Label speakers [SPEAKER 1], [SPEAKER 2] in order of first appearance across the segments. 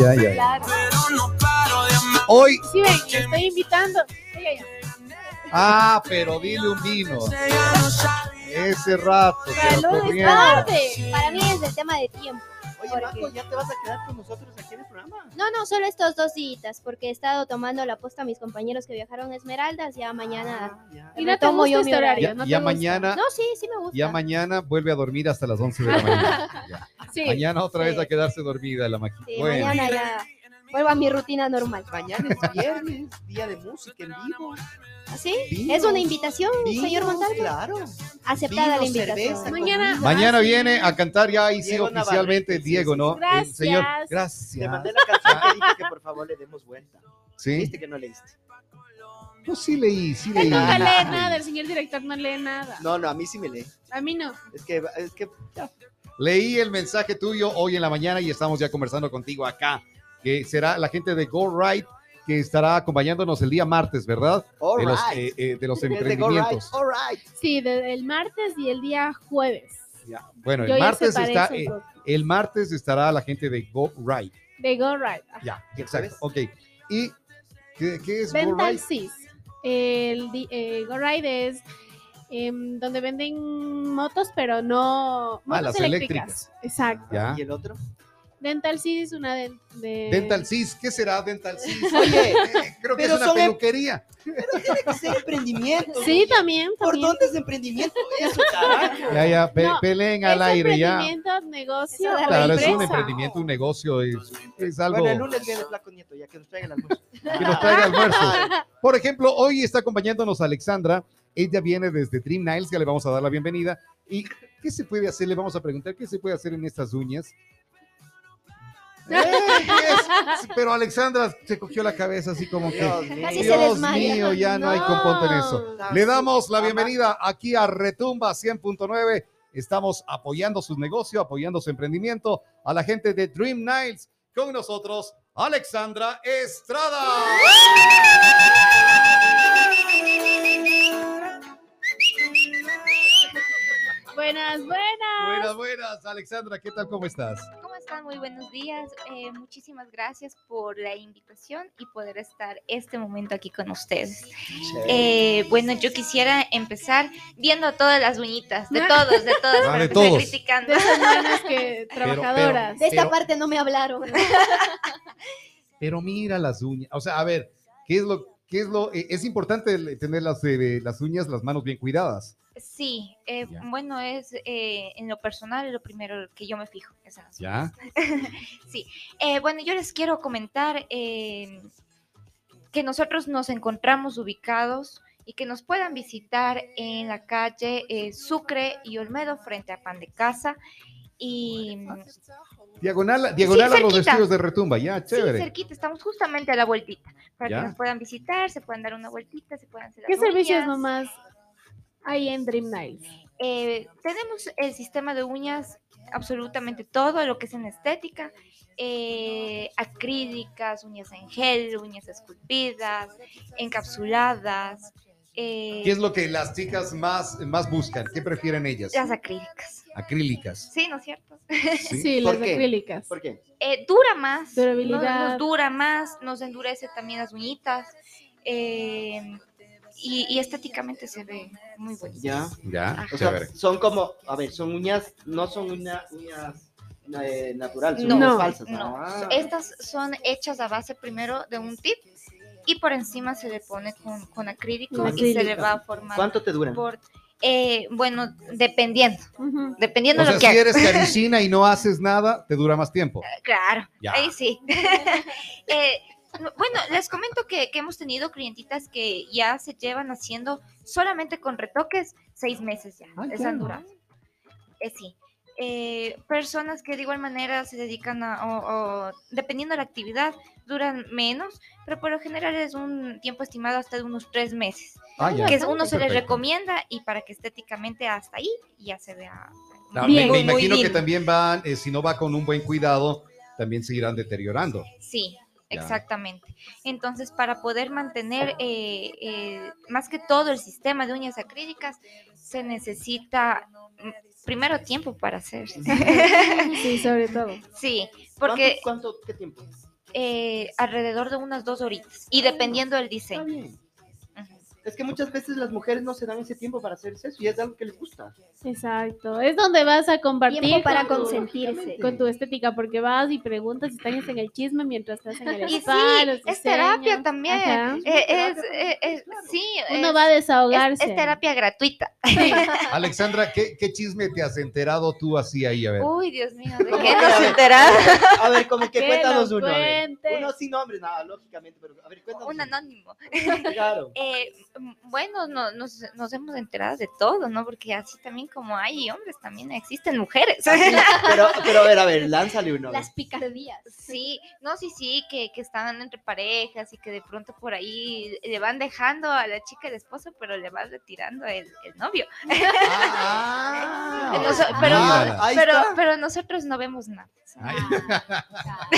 [SPEAKER 1] Ya, ya.
[SPEAKER 2] Claro.
[SPEAKER 1] Hoy,
[SPEAKER 2] Sí, ven, le estoy invitando. Ay, ay, ay.
[SPEAKER 1] ah, pero dile un vino. Ese rato. pero
[SPEAKER 2] Salud, es Ah,
[SPEAKER 1] corriendo.
[SPEAKER 2] tarde. Para mí es el tema de tiempo.
[SPEAKER 3] Oye,
[SPEAKER 2] ¿Por
[SPEAKER 3] Marco,
[SPEAKER 2] qué?
[SPEAKER 3] ¿ya te vas a quedar con nosotros aquí en el programa?
[SPEAKER 2] No, no, solo estos dos días, porque he estado tomando la posta a mis compañeros que viajaron a Esmeraldas. Ya mañana.
[SPEAKER 3] Ah, ya.
[SPEAKER 4] Y no te
[SPEAKER 2] Retomo
[SPEAKER 4] gusta
[SPEAKER 2] yo mi
[SPEAKER 4] este
[SPEAKER 2] horario.
[SPEAKER 4] horario.
[SPEAKER 1] Ya,
[SPEAKER 4] no te
[SPEAKER 1] ya
[SPEAKER 4] gusta.
[SPEAKER 1] mañana,
[SPEAKER 2] No, sí, sí me gusta.
[SPEAKER 1] ya mañana vuelve a dormir hasta las 11 de la mañana. Ya.
[SPEAKER 4] Sí.
[SPEAKER 1] Mañana otra vez
[SPEAKER 2] Sí.
[SPEAKER 1] a quedarse dormida la máquina.
[SPEAKER 2] Sí,
[SPEAKER 1] Bueno,
[SPEAKER 2] mañana ya. Vuelvo a mi rutina normal.
[SPEAKER 3] Mañana es viernes, día de música en vivo.
[SPEAKER 2] ¿Así?
[SPEAKER 3] Vino,
[SPEAKER 2] ¿Ah, ¿Es una invitación,
[SPEAKER 3] vino,
[SPEAKER 2] señor Montalvo?
[SPEAKER 3] Claro.
[SPEAKER 2] Aceptada la
[SPEAKER 3] Vino,
[SPEAKER 2] invitación.
[SPEAKER 3] cerveza,
[SPEAKER 4] Mañana-
[SPEAKER 3] comida.
[SPEAKER 1] mañana viene a cantar ya y sí
[SPEAKER 3] Diego
[SPEAKER 1] oficialmente
[SPEAKER 3] Navarrete, sí,
[SPEAKER 1] Diego,
[SPEAKER 3] sí,
[SPEAKER 1] ¿no?
[SPEAKER 3] sí.
[SPEAKER 1] El señor,
[SPEAKER 4] Gracias.
[SPEAKER 3] Te mandé este,
[SPEAKER 1] gracias.
[SPEAKER 3] la canción que dije que por favor le demos vuelta.
[SPEAKER 1] Sí,
[SPEAKER 3] Viste que no leíste.
[SPEAKER 1] yo sí leí, sí
[SPEAKER 4] Él
[SPEAKER 1] leí.
[SPEAKER 4] nunca
[SPEAKER 3] Ah.
[SPEAKER 4] lee nada, el señor director no lee nada.
[SPEAKER 3] No, no, a mí sí me lee.
[SPEAKER 4] A mí no.
[SPEAKER 3] Es que, es que
[SPEAKER 1] Leí el mensaje tuyo hoy en la mañana y estamos ya conversando contigo acá, que será la gente de Go Right que estará acompañándonos el día martes, ¿verdad?
[SPEAKER 3] all
[SPEAKER 1] De los,
[SPEAKER 3] right.
[SPEAKER 1] eh, eh, de los
[SPEAKER 3] Es de go right,
[SPEAKER 1] emprendimientos.
[SPEAKER 3] all right.
[SPEAKER 4] Sí, de- el martes y el día jueves.
[SPEAKER 1] Ya, Bueno,
[SPEAKER 4] Yo
[SPEAKER 1] el
[SPEAKER 4] ya
[SPEAKER 1] martes
[SPEAKER 4] separé
[SPEAKER 1] está,
[SPEAKER 4] esos
[SPEAKER 1] eh,
[SPEAKER 4] dos.
[SPEAKER 1] el martes estará la gente de Go Right.
[SPEAKER 4] De Go Ah, Right. Ajá.
[SPEAKER 1] Ya,
[SPEAKER 3] ¿Ya
[SPEAKER 1] exacto.
[SPEAKER 3] sabes?
[SPEAKER 1] Ok. ¿Y qué, qué es Go
[SPEAKER 4] Dental
[SPEAKER 1] Right?
[SPEAKER 4] Seas. El di- eh, Go Ride es em, donde venden motos, pero no. Motos
[SPEAKER 1] Ah, las
[SPEAKER 4] eléctricas. Exacto.
[SPEAKER 1] Ya.
[SPEAKER 3] ¿Y el otro?
[SPEAKER 4] Dental Seas es una de. de-
[SPEAKER 1] Dental Cis, ¿qué será Dental Cis?
[SPEAKER 3] Oye,
[SPEAKER 1] Eh, Creo que es
[SPEAKER 3] pero
[SPEAKER 1] una
[SPEAKER 3] son em-
[SPEAKER 1] peluquería.
[SPEAKER 3] tiene que ser emprendimiento.
[SPEAKER 4] Sí, también.
[SPEAKER 3] ¿Por
[SPEAKER 4] también.
[SPEAKER 3] dónde es emprendimiento eso, carajo?
[SPEAKER 1] Ya, ya, pe-
[SPEAKER 4] No,
[SPEAKER 1] peleen
[SPEAKER 4] Es
[SPEAKER 1] al aire ya.
[SPEAKER 4] emprendimiento, negocio,
[SPEAKER 2] Eso de la
[SPEAKER 1] Claro, es un
[SPEAKER 4] empresa.
[SPEAKER 1] emprendimiento, un negocio, es, es algo.
[SPEAKER 3] Bueno, el lunes viene Flaco Nieto, ya que nos traigan las cosas.
[SPEAKER 1] que nos traiga almuerzo. Por ejemplo, hoy está acompañándonos Alexandra. Ella viene desde Dream Niles, ya le vamos a dar la bienvenida. ¿Y qué se puede hacer? Le vamos a preguntar qué se puede hacer en estas uñas. ¡Ey, yes! Eh, Pero Alexandra se cogió la cabeza así como que.
[SPEAKER 3] Dios mío.
[SPEAKER 2] Casi se
[SPEAKER 1] Dios
[SPEAKER 2] desmaya.
[SPEAKER 1] mío, ya no, hay componte en eso. Le damos la
[SPEAKER 3] Mamá.
[SPEAKER 1] bienvenida aquí a Retumba 100.9. Estamos apoyando su negocio, apoyando su emprendimiento a la gente de Dream Niles. Con nosotros, Alexandra Estrada.
[SPEAKER 4] Buenas, buenas.
[SPEAKER 1] Buenas, buenas, Alexandra, ¿qué tal? ¿Cómo estás?
[SPEAKER 5] ¿Cómo están? Muy buenos días. Eh, muchísimas gracias por la invitación y poder estar este momento aquí con ustedes. Eh, bueno, yo quisiera empezar viendo a todas las uñitas, de todos, de todas,
[SPEAKER 1] Ah,
[SPEAKER 5] para
[SPEAKER 1] de
[SPEAKER 5] empezar
[SPEAKER 1] todos.
[SPEAKER 4] De
[SPEAKER 5] criticando.
[SPEAKER 4] esas buenas que trabajadoras.
[SPEAKER 2] De esta
[SPEAKER 1] Pero-
[SPEAKER 2] parte no me hablaron.
[SPEAKER 1] Pero mira las uñas, o sea, a ver, ¿qué es lo, qué es lo, eh, es importante el- tener las, eh, las uñas, las manos bien cuidadas?
[SPEAKER 5] Sí, eh,
[SPEAKER 1] Ya.
[SPEAKER 5] bueno, es eh, en lo personal lo primero que yo me fijo. esas
[SPEAKER 1] ¿Ya?
[SPEAKER 5] Eh, bueno, yo les quiero comentar eh, que nosotros nos encontramos ubicados y que nos puedan visitar en la calle eh, Sucre y Olmedo frente a Pan de Casa y mm,
[SPEAKER 1] Diagonal, diagonal a los
[SPEAKER 5] cerquita.
[SPEAKER 1] vestidos de retumba, ya,
[SPEAKER 5] sí,
[SPEAKER 1] chévere.
[SPEAKER 5] cerquita, estamos justamente a la vueltita para
[SPEAKER 1] Ya.
[SPEAKER 5] que nos puedan visitar, se puedan dar una vueltita, se puedan hacer
[SPEAKER 4] ¿Qué
[SPEAKER 5] las
[SPEAKER 4] servicios
[SPEAKER 5] uñas.
[SPEAKER 4] nomás hay en Dream Nights?
[SPEAKER 5] Eh, tenemos el sistema de uñas, absolutamente todo lo que es en estética, eh, acrílicas, uñas en gel, uñas esculpidas, encapsuladas, eh,
[SPEAKER 1] ¿Qué es lo que las chicas más, más buscan? ¿Qué prefieren ellas?
[SPEAKER 5] las acrílicas.
[SPEAKER 1] Acrílicas.
[SPEAKER 5] Sí, ¿no es cierto?
[SPEAKER 1] Sí.
[SPEAKER 4] Sí,
[SPEAKER 3] ¿Por
[SPEAKER 4] las
[SPEAKER 3] qué?
[SPEAKER 4] acrílicas.
[SPEAKER 3] ¿Por qué?
[SPEAKER 5] Eh, dura más, ¿no?
[SPEAKER 4] Durabilidad.
[SPEAKER 5] nos dura más, nos endurece también las uñitas eh, y, y estéticamente se ve muy bonito.
[SPEAKER 3] Ya.
[SPEAKER 1] Ya,
[SPEAKER 3] O sea,
[SPEAKER 1] chévere.
[SPEAKER 3] son como, a ver, son uñas, no son una, uñas eh, naturales, son
[SPEAKER 5] No,
[SPEAKER 3] uñas falsas.
[SPEAKER 5] no.
[SPEAKER 3] Ah.
[SPEAKER 5] Estas son hechas a base primero de un tip y por encima se le pone con, con acrílico y se le
[SPEAKER 4] Acrílico.
[SPEAKER 5] va a formar
[SPEAKER 3] ¿Cuánto te duran?
[SPEAKER 5] por... eh, bueno, dependiendo,
[SPEAKER 4] Ujú.
[SPEAKER 5] dependiendo
[SPEAKER 1] o sea,
[SPEAKER 5] de lo
[SPEAKER 1] si
[SPEAKER 5] que Eh, hagas.
[SPEAKER 1] eres caricina y no haces nada, te dura más tiempo.
[SPEAKER 5] Claro,
[SPEAKER 1] Ya.
[SPEAKER 5] ahí sí. Eh, no, bueno, les comento que, que hemos tenido clientitas que ya se llevan haciendo solamente con retoques seis meses ya.
[SPEAKER 3] Ah,
[SPEAKER 5] les
[SPEAKER 3] ya.
[SPEAKER 5] han durado. Eh, sí. Eh, personas que de igual manera se dedican a, o- o, dependiendo de la actividad, duran menos, pero por lo general es un tiempo estimado hasta de unos tres meses,
[SPEAKER 1] Ah, ya.
[SPEAKER 5] que es uno se les
[SPEAKER 1] Perfecto.
[SPEAKER 5] recomienda y para que estéticamente hasta ahí ya se vea.
[SPEAKER 1] Claro,
[SPEAKER 5] muy,
[SPEAKER 1] Ah, me- me,
[SPEAKER 5] muy
[SPEAKER 1] imagino que
[SPEAKER 5] lindo.
[SPEAKER 1] también van, eh, si no va con un buen cuidado, también se irán deteriorando.
[SPEAKER 5] Sí,
[SPEAKER 1] Ya.
[SPEAKER 5] exactamente. Entonces, para poder mantener eh, eh, más que todo el sistema de uñas acrílicas, se necesita mm, primero tiempo para hacer.
[SPEAKER 4] Sí, sobre todo.
[SPEAKER 5] Sí, porque
[SPEAKER 3] ¿Cuánto, cuánto- qué tiempo?
[SPEAKER 5] eh, alrededor de unas dos horitas y dependiendo del
[SPEAKER 3] Está
[SPEAKER 5] diseño.
[SPEAKER 3] bien.
[SPEAKER 5] Ujú.
[SPEAKER 3] Es que muchas veces las mujeres no se dan ese tiempo para hacer eso y es algo que les gusta.
[SPEAKER 4] Exacto. Es donde vas a compartir
[SPEAKER 2] Tiempo para
[SPEAKER 4] con tu-
[SPEAKER 2] consentirse.
[SPEAKER 4] con tu estética, porque vas y preguntas, están en el chisme mientras estás en el
[SPEAKER 5] Y sí,
[SPEAKER 4] spa, los
[SPEAKER 5] es terapia
[SPEAKER 4] diseños.
[SPEAKER 5] también.
[SPEAKER 4] Ajá.
[SPEAKER 5] Eh,
[SPEAKER 3] terapia
[SPEAKER 5] es,
[SPEAKER 3] también,
[SPEAKER 5] eh, es-
[SPEAKER 3] claro.
[SPEAKER 5] sí,
[SPEAKER 4] Uno
[SPEAKER 5] es-
[SPEAKER 4] va a
[SPEAKER 5] es,
[SPEAKER 4] desahogarse.
[SPEAKER 5] es terapia gratuita.
[SPEAKER 1] Alexandra, ¿qué, qué chisme te has enterado tú así ahí? A ver.
[SPEAKER 5] Uy, Dios mío, ¿de
[SPEAKER 3] ¿Cómo
[SPEAKER 5] qué
[SPEAKER 3] que?
[SPEAKER 5] nos enteramos?
[SPEAKER 3] A ver, como que
[SPEAKER 4] Que
[SPEAKER 3] cuéntanos
[SPEAKER 4] nos
[SPEAKER 3] uno. a ver.
[SPEAKER 4] cuente.
[SPEAKER 3] Uno sin nombre, nada, lógicamente, pero a ver, cuéntanos.
[SPEAKER 5] Un
[SPEAKER 3] uno.
[SPEAKER 5] anónimo.
[SPEAKER 3] Claro.
[SPEAKER 5] Eh, m- bueno, no- nos, nos hemos enterado de todo, ¿no? Porque así también como hay hombres, también existen mujeres.
[SPEAKER 3] Pero, pero a ver, a ver, lánzale uno.
[SPEAKER 2] Las picardías.
[SPEAKER 5] Sí, no, sí, sí, que, que están entre parejas y que de pronto por ahí le van dejando a la chica el esposo, pero le van retirando el, el novio.
[SPEAKER 1] Ah,
[SPEAKER 5] Noso- pero,
[SPEAKER 1] mírala.
[SPEAKER 3] Ahí
[SPEAKER 5] pero,
[SPEAKER 3] está.
[SPEAKER 5] pero nosotros no vemos nada.
[SPEAKER 1] Ay,
[SPEAKER 2] Ah,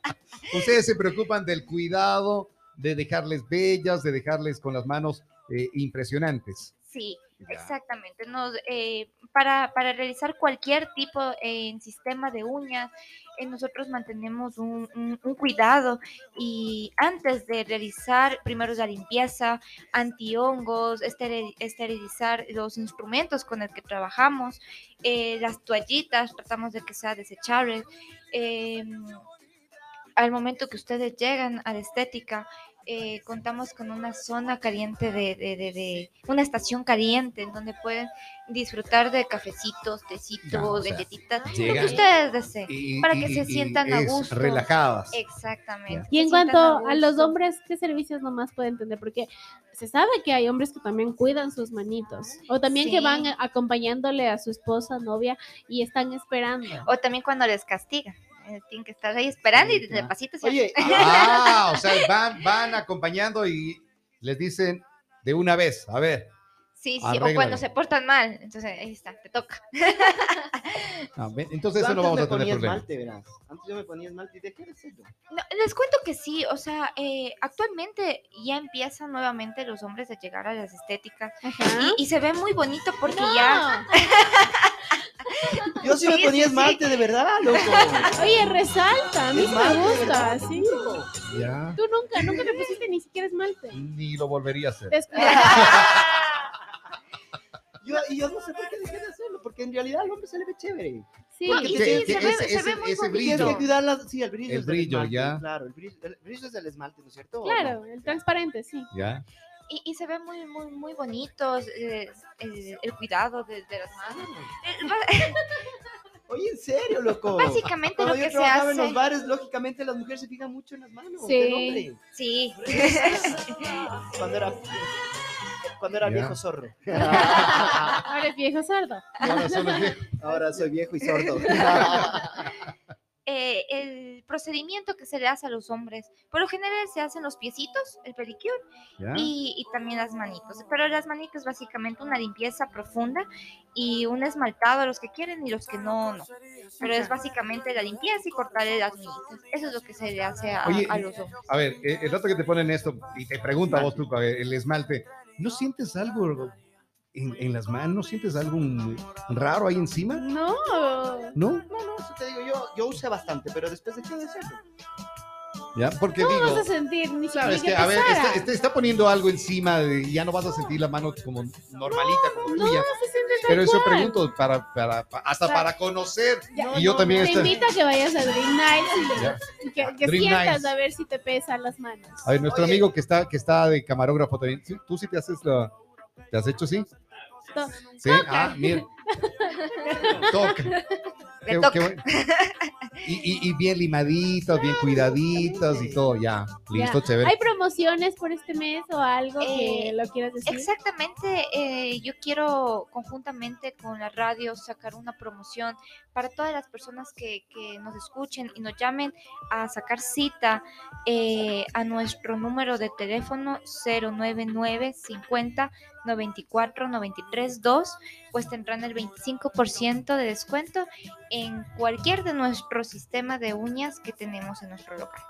[SPEAKER 1] Ustedes se preocupan del cuidado, de dejarles bellas, de dejarles con las manos eh, impresionantes.
[SPEAKER 5] Sí,
[SPEAKER 1] Ya.
[SPEAKER 5] exactamente. Nos, eh, para, para realizar cualquier tipo eh, en sistema de uñas, eh, nosotros mantenemos un, un- un cuidado y antes de realizar primero la limpieza, antihongos, esteri- esterilizar los instrumentos con el que trabajamos, eh, las toallitas, tratamos de que sea desechable. eh, al momento que ustedes llegan a la estética, eh, contamos con una zona caliente de, de- de- de- una estación caliente en donde pueden disfrutar de cafecitos, tecitos,
[SPEAKER 1] Ya, o sea,
[SPEAKER 5] galletitas, lo
[SPEAKER 1] llegan
[SPEAKER 5] que ustedes deseen.
[SPEAKER 1] Y-
[SPEAKER 5] Para
[SPEAKER 1] y-
[SPEAKER 5] que
[SPEAKER 1] y-
[SPEAKER 5] se
[SPEAKER 1] y
[SPEAKER 5] sientan a
[SPEAKER 1] es
[SPEAKER 5] gusto.
[SPEAKER 1] Relajadas.
[SPEAKER 5] Exactamente.
[SPEAKER 4] Y en
[SPEAKER 5] se sientan
[SPEAKER 4] cuanto a los
[SPEAKER 5] gusto.
[SPEAKER 4] hombres, ¿qué servicios nomás pueden tener? Porque se sabe que hay hombres que también cuidan sus manitos o también que
[SPEAKER 5] Sí.
[SPEAKER 4] van a- acompañándole a su esposa, novia y están esperando.
[SPEAKER 5] O también cuando les castigan. eh, tienen que estar ahí esperando y de
[SPEAKER 4] Ahorita.
[SPEAKER 5] pasito se
[SPEAKER 3] Oye,
[SPEAKER 1] Ah, o sea, van, van acompañando y les dicen de una vez, a ver.
[SPEAKER 5] Sí, sí, o cuando
[SPEAKER 1] arréglalo.
[SPEAKER 5] se portan mal. Entonces, ahí está, te toca.
[SPEAKER 1] ah, ven,
[SPEAKER 3] yo
[SPEAKER 1] Entonces eso
[SPEAKER 3] antes
[SPEAKER 1] no vamos
[SPEAKER 3] me
[SPEAKER 1] a tener
[SPEAKER 3] ponía
[SPEAKER 1] problema.
[SPEAKER 3] esmalte, verás. Antes yo me ponía esmalte y dejé de hacerlo.
[SPEAKER 5] No, les cuento que sí, o sea, eh, actualmente ya empiezan nuevamente los hombres a llegar a las estéticas
[SPEAKER 3] ¿Ah?
[SPEAKER 4] Ajá.
[SPEAKER 5] y, y se ve muy bonito porque ya...
[SPEAKER 3] Yo sí,
[SPEAKER 5] Sí,
[SPEAKER 3] me ponía
[SPEAKER 5] sí, sí.
[SPEAKER 3] esmalte, de verdad, loco.
[SPEAKER 4] Oye, resalta, a mí sí me
[SPEAKER 3] Esmalte, de
[SPEAKER 4] gusta,
[SPEAKER 3] verdad,
[SPEAKER 4] sí.
[SPEAKER 3] loco.
[SPEAKER 1] Ya,
[SPEAKER 4] Tú nunca, nunca le pusiste ni siquiera esmalte.
[SPEAKER 1] ni lo volvería a hacer.
[SPEAKER 4] Descuida.
[SPEAKER 3] Yo, y yo no sé por qué dejé de hacerlo, porque en realidad al hombre se le ve chévere.
[SPEAKER 4] Sí,
[SPEAKER 5] Porque-
[SPEAKER 1] Que-
[SPEAKER 5] sí,
[SPEAKER 1] que
[SPEAKER 5] se ve-
[SPEAKER 1] ese-
[SPEAKER 5] se ve
[SPEAKER 1] ese-
[SPEAKER 5] muy
[SPEAKER 1] ese
[SPEAKER 3] Tienes
[SPEAKER 5] bonito.
[SPEAKER 3] que
[SPEAKER 1] brillo.
[SPEAKER 3] cuidar las- sí, el brillo.
[SPEAKER 1] El
[SPEAKER 3] es del
[SPEAKER 1] brillo,
[SPEAKER 3] esmalte,
[SPEAKER 1] ya.
[SPEAKER 3] Claro, el brillo, el brillo es del esmalte, ¿no es cierto?
[SPEAKER 4] claro, el transparente, sí.
[SPEAKER 1] Ya.
[SPEAKER 5] y, y se ve muy, muy, muy bonito eh, el, el cuidado de, de las manos. Eh, ba-
[SPEAKER 3] Oye, en serio, loco.
[SPEAKER 5] Básicamente lo
[SPEAKER 3] Oh. Cuando yo
[SPEAKER 5] que se
[SPEAKER 3] trabajaba en
[SPEAKER 5] hace...
[SPEAKER 3] los bares, lógicamente las mujeres se fijan mucho en las manos
[SPEAKER 4] Sí.
[SPEAKER 3] del hombre.
[SPEAKER 5] Sí,
[SPEAKER 3] Cuando era, cuando era
[SPEAKER 1] Ya.
[SPEAKER 3] viejo zorro.
[SPEAKER 4] Ahora es viejo sardo.
[SPEAKER 1] Y ahora solo es que-
[SPEAKER 3] Ahora soy viejo y sordo.
[SPEAKER 5] eh, el procedimiento que se le hace a los hombres, por lo general se hacen los piecitos, el pedicure,
[SPEAKER 1] ya.
[SPEAKER 5] y, y también las manitos. Pero las manitos básicamente una limpieza profunda y un esmaltado a los que quieren y los que no, no. Pero es básicamente la limpieza y cortarle las manitas. Eso es lo que se le hace a,
[SPEAKER 1] Oye,
[SPEAKER 5] a los hombres.
[SPEAKER 1] A ver, eh, el rato que te ponen esto y te pregunta a vos, tú, a ver, el esmalte, ¿no sientes algo en, en las manos? ¿Sientes algo mm, raro ahí encima?
[SPEAKER 4] No.
[SPEAKER 1] ¿No?
[SPEAKER 3] No, no, eso te digo, yo, yo usé bastante, pero después dejé de hacerlo.
[SPEAKER 1] Ya, porque digo,
[SPEAKER 4] Vas a sentir ni siquiera
[SPEAKER 1] sabes
[SPEAKER 4] que
[SPEAKER 1] que, a ver, este,
[SPEAKER 4] pesara.
[SPEAKER 1] está, está- está poniendo algo encima de- ya no vas a sentir la mano como normalita, como
[SPEAKER 4] No,
[SPEAKER 1] tuya.
[SPEAKER 4] se siente tal
[SPEAKER 1] Pero eso
[SPEAKER 4] cual.
[SPEAKER 1] pregunto para, para, pa- hasta para conocer.
[SPEAKER 3] No,
[SPEAKER 1] Y yo
[SPEAKER 3] no,
[SPEAKER 1] también este,
[SPEAKER 3] no.
[SPEAKER 4] Te
[SPEAKER 1] está-
[SPEAKER 4] invito a que vayas a Dream Night y-
[SPEAKER 1] Ya.
[SPEAKER 4] y que, que
[SPEAKER 1] Dream
[SPEAKER 4] sientas
[SPEAKER 1] Nights.
[SPEAKER 4] a ver si te pesan las manos.
[SPEAKER 1] A ver, nuestro
[SPEAKER 3] Oye.
[SPEAKER 1] amigo que está, que está de camarógrafo también, ¿sí? ¿tú sí te haces la... ¿Te has hecho sí?
[SPEAKER 4] To-
[SPEAKER 1] Sí, ah, mira. Toca. Qué-
[SPEAKER 5] toca.
[SPEAKER 1] qué bueno. y, y- y bien limaditas, bien cuidaditas y todo, ya. Listo, chévere.
[SPEAKER 4] ¿Hay promociones por este mes o algo que
[SPEAKER 5] Eh,
[SPEAKER 4] lo quieras decir?
[SPEAKER 5] Exactamente, eh, yo quiero conjuntamente con la radio sacar una promoción para todas las personas que, que nos escuchen y nos llamen a sacar cita eh, a nuestro número de teléfono 099 50 94 93 2, pues tendrán el 25% de descuento en cualquier de nuestros sistemas de uñas que tenemos en nuestro local.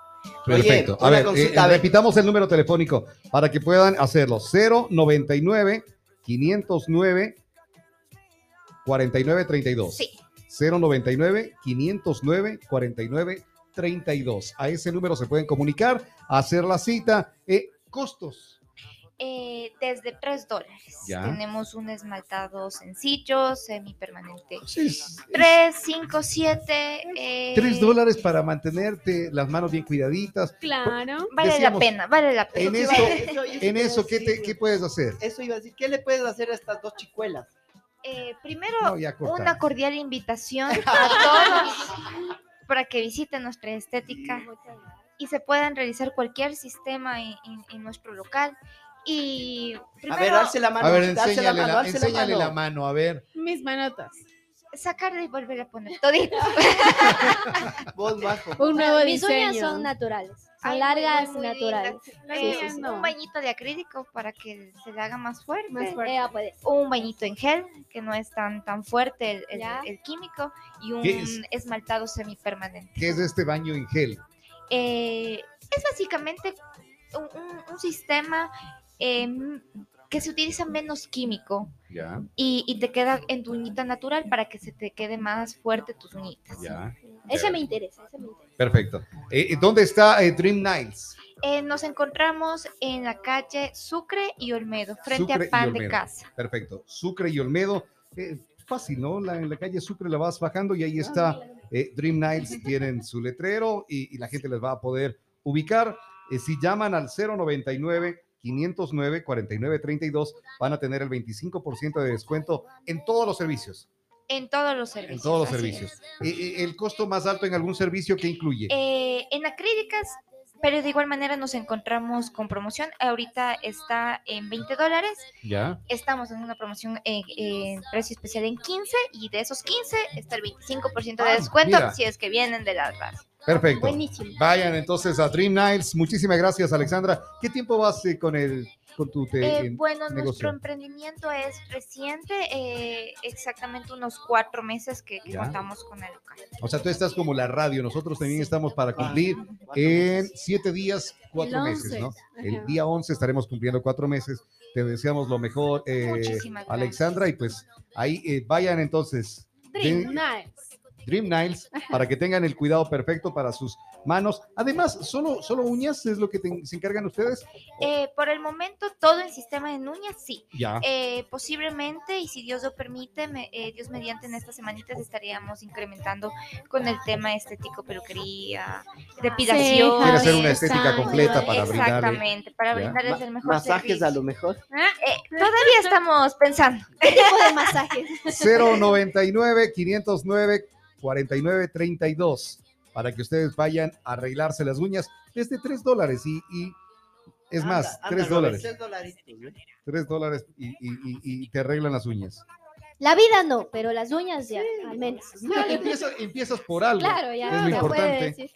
[SPEAKER 1] Perfecto.
[SPEAKER 3] Oye,
[SPEAKER 1] a
[SPEAKER 3] una
[SPEAKER 1] ver,
[SPEAKER 3] consulta,
[SPEAKER 1] eh,
[SPEAKER 3] a ver.
[SPEAKER 1] repitamos el número telefónico para que puedan hacerlo. 099 509 4932.
[SPEAKER 5] Sí.
[SPEAKER 1] 099-509-4932. A ese número se pueden comunicar, hacer la cita. Eh, costos.
[SPEAKER 5] Eh, desde 3 dólares.
[SPEAKER 1] Ya.
[SPEAKER 5] Tenemos un esmaltado sencillo, semipermanente.
[SPEAKER 1] Pues es-
[SPEAKER 5] 3, 5, 7. Eh, eh,
[SPEAKER 1] Tres dólares para mantenerte las manos bien cuidaditas.
[SPEAKER 4] Claro.
[SPEAKER 5] Vale
[SPEAKER 1] Decíamos,
[SPEAKER 5] la pena, vale la
[SPEAKER 1] En
[SPEAKER 5] pena.
[SPEAKER 1] eso-
[SPEAKER 3] yo
[SPEAKER 1] En
[SPEAKER 3] iba a
[SPEAKER 1] eso, ¿qué, te-
[SPEAKER 3] decir,
[SPEAKER 1] qué puedes hacer?
[SPEAKER 3] Eso iba a decir, ¿qué le puedes hacer a estas dos chicuelas?
[SPEAKER 5] Eh, primero,
[SPEAKER 1] No, ya cortamos.
[SPEAKER 5] una cordial invitación a todos para que visiten nuestra estética y se puedan realizar cualquier sistema en, en- en nuestro local. Y
[SPEAKER 3] a ver,
[SPEAKER 5] primero,
[SPEAKER 3] darse la mano.
[SPEAKER 1] A ver,
[SPEAKER 3] darse
[SPEAKER 1] enséñale la,
[SPEAKER 3] mano, darse la
[SPEAKER 1] enséñale la
[SPEAKER 3] mano.
[SPEAKER 1] mano, a ver.
[SPEAKER 4] Mis manotas.
[SPEAKER 5] sacarla y volver a poner todito.
[SPEAKER 3] Vos, Majo.
[SPEAKER 4] Un nuevo
[SPEAKER 2] mis
[SPEAKER 4] diseño.
[SPEAKER 2] uñas son naturales,
[SPEAKER 5] Ay,
[SPEAKER 2] son
[SPEAKER 5] muy,
[SPEAKER 2] largas,
[SPEAKER 5] muy, muy
[SPEAKER 2] naturales.
[SPEAKER 4] Las
[SPEAKER 5] Eh,
[SPEAKER 2] Sí, sí,
[SPEAKER 4] mías
[SPEAKER 2] sí.
[SPEAKER 4] no.
[SPEAKER 5] Un bañito de acrílico para que se le haga más fuerte.
[SPEAKER 4] Más fuerte.
[SPEAKER 2] Ea, pues,
[SPEAKER 5] O un bañito en gel, que no es tan, tan fuerte el, el-
[SPEAKER 2] Ya.
[SPEAKER 5] el químico. Y un
[SPEAKER 1] ¿Qué es?
[SPEAKER 5] esmaltado semipermanente.
[SPEAKER 1] ¿Qué es este baño en gel?
[SPEAKER 5] Eh, es básicamente un, un- un sistema em, que se utiliza menos químico
[SPEAKER 1] Ya,
[SPEAKER 5] y, y te queda en tu uñita natural para que se te quede más fuerte tus uñitas.
[SPEAKER 1] ya.
[SPEAKER 2] ese me interesa, ese me interesa.
[SPEAKER 1] Perfecto. Eh, ¿Dónde está eh, Dream Niles?
[SPEAKER 5] Eh, nos encontramos en la calle Sucre y Olmedo, frente
[SPEAKER 1] Sucre y
[SPEAKER 5] a Pan de
[SPEAKER 1] Olmedo.
[SPEAKER 5] Casa.
[SPEAKER 1] Perfecto. Sucre y Olmedo. eh, fácil, ¿no? La- en la calle Sucre la vas bajando y ahí está eh, Dream Nights. Tienen su letrero y, y la gente les va a poder ubicar. Eh, si llaman al 099 509 4932 van a tener el 25% de descuento en todos los servicios.
[SPEAKER 5] En todos los
[SPEAKER 1] En
[SPEAKER 5] servicios.
[SPEAKER 1] todos los
[SPEAKER 5] así es.
[SPEAKER 1] servicios. Eh, eh, el costo más alto en algún servicio que incluye.
[SPEAKER 5] Eh, en acrílicas, pero de igual manera nos encontramos con promoción. Ahorita está en 20 dólares.
[SPEAKER 1] Ya.
[SPEAKER 5] Estamos en una promoción en, en precio especial en 15 y de esos 15 está el 25%
[SPEAKER 1] Ah,
[SPEAKER 5] de descuento
[SPEAKER 1] mira.
[SPEAKER 5] si es que vienen de las barras.
[SPEAKER 1] Perfecto.
[SPEAKER 2] Buenísimo.
[SPEAKER 1] Vayan entonces a Dream Nights. Muchísimas gracias, Alexandra. ¿Qué tiempo vas eh, con el con tu te-
[SPEAKER 5] Eh,
[SPEAKER 1] en-
[SPEAKER 5] bueno,
[SPEAKER 1] negocio.
[SPEAKER 5] nuestro emprendimiento es reciente, eh, exactamente unos cuatro meses que, que
[SPEAKER 1] Ya.
[SPEAKER 5] contamos con el local.
[SPEAKER 1] O sea, tú estás como la radio, nosotros también estamos para
[SPEAKER 3] Cuatro
[SPEAKER 1] cumplir
[SPEAKER 3] meses.
[SPEAKER 1] en siete días, cuatro
[SPEAKER 4] El
[SPEAKER 1] meses,
[SPEAKER 4] 11,
[SPEAKER 1] ¿no? El
[SPEAKER 4] ajá.
[SPEAKER 1] día 11 estaremos cumpliendo cuatro meses. Te deseamos lo mejor, eh,
[SPEAKER 5] Muchísimas gracias.
[SPEAKER 1] Alexandra, y pues ahí eh, vayan entonces.
[SPEAKER 4] Dream
[SPEAKER 1] de-
[SPEAKER 4] Nights.
[SPEAKER 1] Dream Niles, para que tengan el cuidado perfecto para sus manos. Además, solo, solo uñas es lo que te- se encargan ustedes.
[SPEAKER 5] Eh, por el momento, todo en sistema de Nuña, sí.
[SPEAKER 1] Ya.
[SPEAKER 5] Eh, posiblemente, y si Dios lo permite, me- eh, Dios mediante en estas semanitas estaríamos incrementando con el tema estético, peluquería, depilación.
[SPEAKER 1] Quiere hacer una estética completa para brindarle.
[SPEAKER 5] Exactamente, para
[SPEAKER 1] Ya.
[SPEAKER 5] brindarles el mejor
[SPEAKER 3] Masajes
[SPEAKER 5] servicio.
[SPEAKER 3] a lo mejor.
[SPEAKER 5] Eh, todavía estamos pensando.
[SPEAKER 2] ¿Qué tipo de masajes?
[SPEAKER 1] 099 509 4932 para que ustedes vayan a arreglarse las uñas desde 3 dólares y, y es más,
[SPEAKER 3] Anda,
[SPEAKER 1] 3
[SPEAKER 3] anda,
[SPEAKER 1] dólares,
[SPEAKER 3] tres dolaritos, ¿no?
[SPEAKER 1] 3 dólares y, y- y- y te arreglan las uñas.
[SPEAKER 2] La vida no, pero las uñas ya, al menos.
[SPEAKER 1] Empiezas, empiezas por algo.
[SPEAKER 2] Claro, ya.
[SPEAKER 1] Es lo
[SPEAKER 2] se
[SPEAKER 1] importante.
[SPEAKER 2] Puede decir.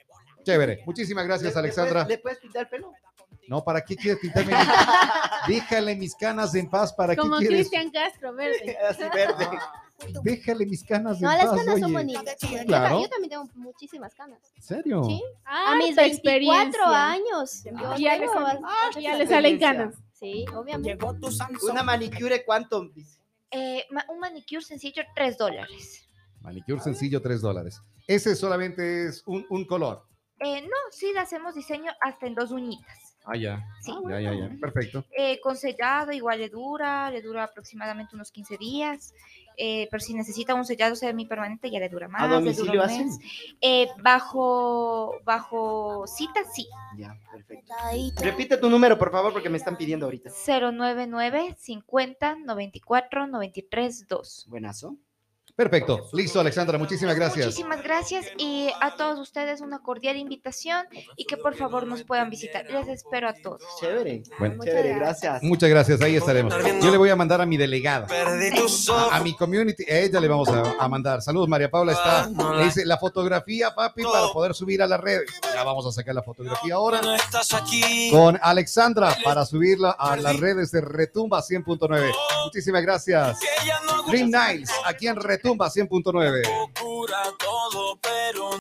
[SPEAKER 1] Chévere. Muchísimas gracias,
[SPEAKER 3] ¿Le- le puedes-
[SPEAKER 1] Alexandra.
[SPEAKER 3] ¿Le puedes pintar el pelo?
[SPEAKER 1] No, ¿para qué quieres pintarme? Déjale mis canas en paz, ¿para qué
[SPEAKER 4] Como
[SPEAKER 1] quieres?
[SPEAKER 4] Cristian Castro, verde.
[SPEAKER 3] Así verde.
[SPEAKER 1] Ah, Déjale mis canas en
[SPEAKER 2] No,
[SPEAKER 1] paz.
[SPEAKER 2] las canas son
[SPEAKER 1] oye.
[SPEAKER 2] bonitas. Yo
[SPEAKER 1] Claro.
[SPEAKER 2] ta- Yo también tengo muchísimas canas.
[SPEAKER 1] ¿En serio?
[SPEAKER 2] Sí.
[SPEAKER 4] Ah,
[SPEAKER 2] A mis 24 años. yo
[SPEAKER 4] Ya le
[SPEAKER 2] tengo
[SPEAKER 4] salen-
[SPEAKER 2] bastante
[SPEAKER 4] Ya le salen
[SPEAKER 3] Experiencia.
[SPEAKER 4] canas.
[SPEAKER 2] Sí, obviamente.
[SPEAKER 3] Una manicure, ¿cuánto? dice?
[SPEAKER 5] Eh, ma- un manicure sencillo, 3 dólares.
[SPEAKER 1] Manicure sencillo, 3 dólares. Ese solamente es un, un color.
[SPEAKER 5] Eh, no, sí le hacemos diseño hasta en dos uñitas.
[SPEAKER 1] Ah, ya.
[SPEAKER 5] Sí.
[SPEAKER 1] Ya, ya, ya. Perfecto.
[SPEAKER 5] Eh, con sellado igual le dura, le dura aproximadamente unos 15 días. eh, pero si necesita un sellado semipermanente ya le dura más.
[SPEAKER 3] ¿A
[SPEAKER 5] le dura
[SPEAKER 3] domicilio
[SPEAKER 5] un
[SPEAKER 3] hacen?
[SPEAKER 5] mes. Eh, bajo, bajo cita, sí.
[SPEAKER 3] Ya, perfecto. Repite tu número, por favor, porque me están pidiendo ahorita.
[SPEAKER 5] 099 50 94 93 2.
[SPEAKER 3] Buenazo.
[SPEAKER 1] Perfecto. Listo, Alexandra. Muchísimas gracias.
[SPEAKER 5] Muchísimas gracias y a todos ustedes una cordial invitación y que por favor nos puedan visitar. Les espero a todos.
[SPEAKER 3] Chévere.
[SPEAKER 1] Bueno.
[SPEAKER 3] Chévere, gracias.
[SPEAKER 1] Muchas gracias, ahí estaremos. Yo le voy a mandar a mi delegada, a, a mi community, a ella le vamos a, a mandar. Saludos, María Paula
[SPEAKER 6] Ah,
[SPEAKER 1] está. Le dice la fotografía, papi, para poder subir a las redes. Ya vamos a sacar la fotografía ahora
[SPEAKER 6] No estás aquí.
[SPEAKER 1] con Alexandra para subirla a las redes de Retumba 100.9. Muchísimas gracias.
[SPEAKER 6] Que ya no
[SPEAKER 1] Dream Niles, aquí en Retumba 100.9.
[SPEAKER 6] cura todo, pero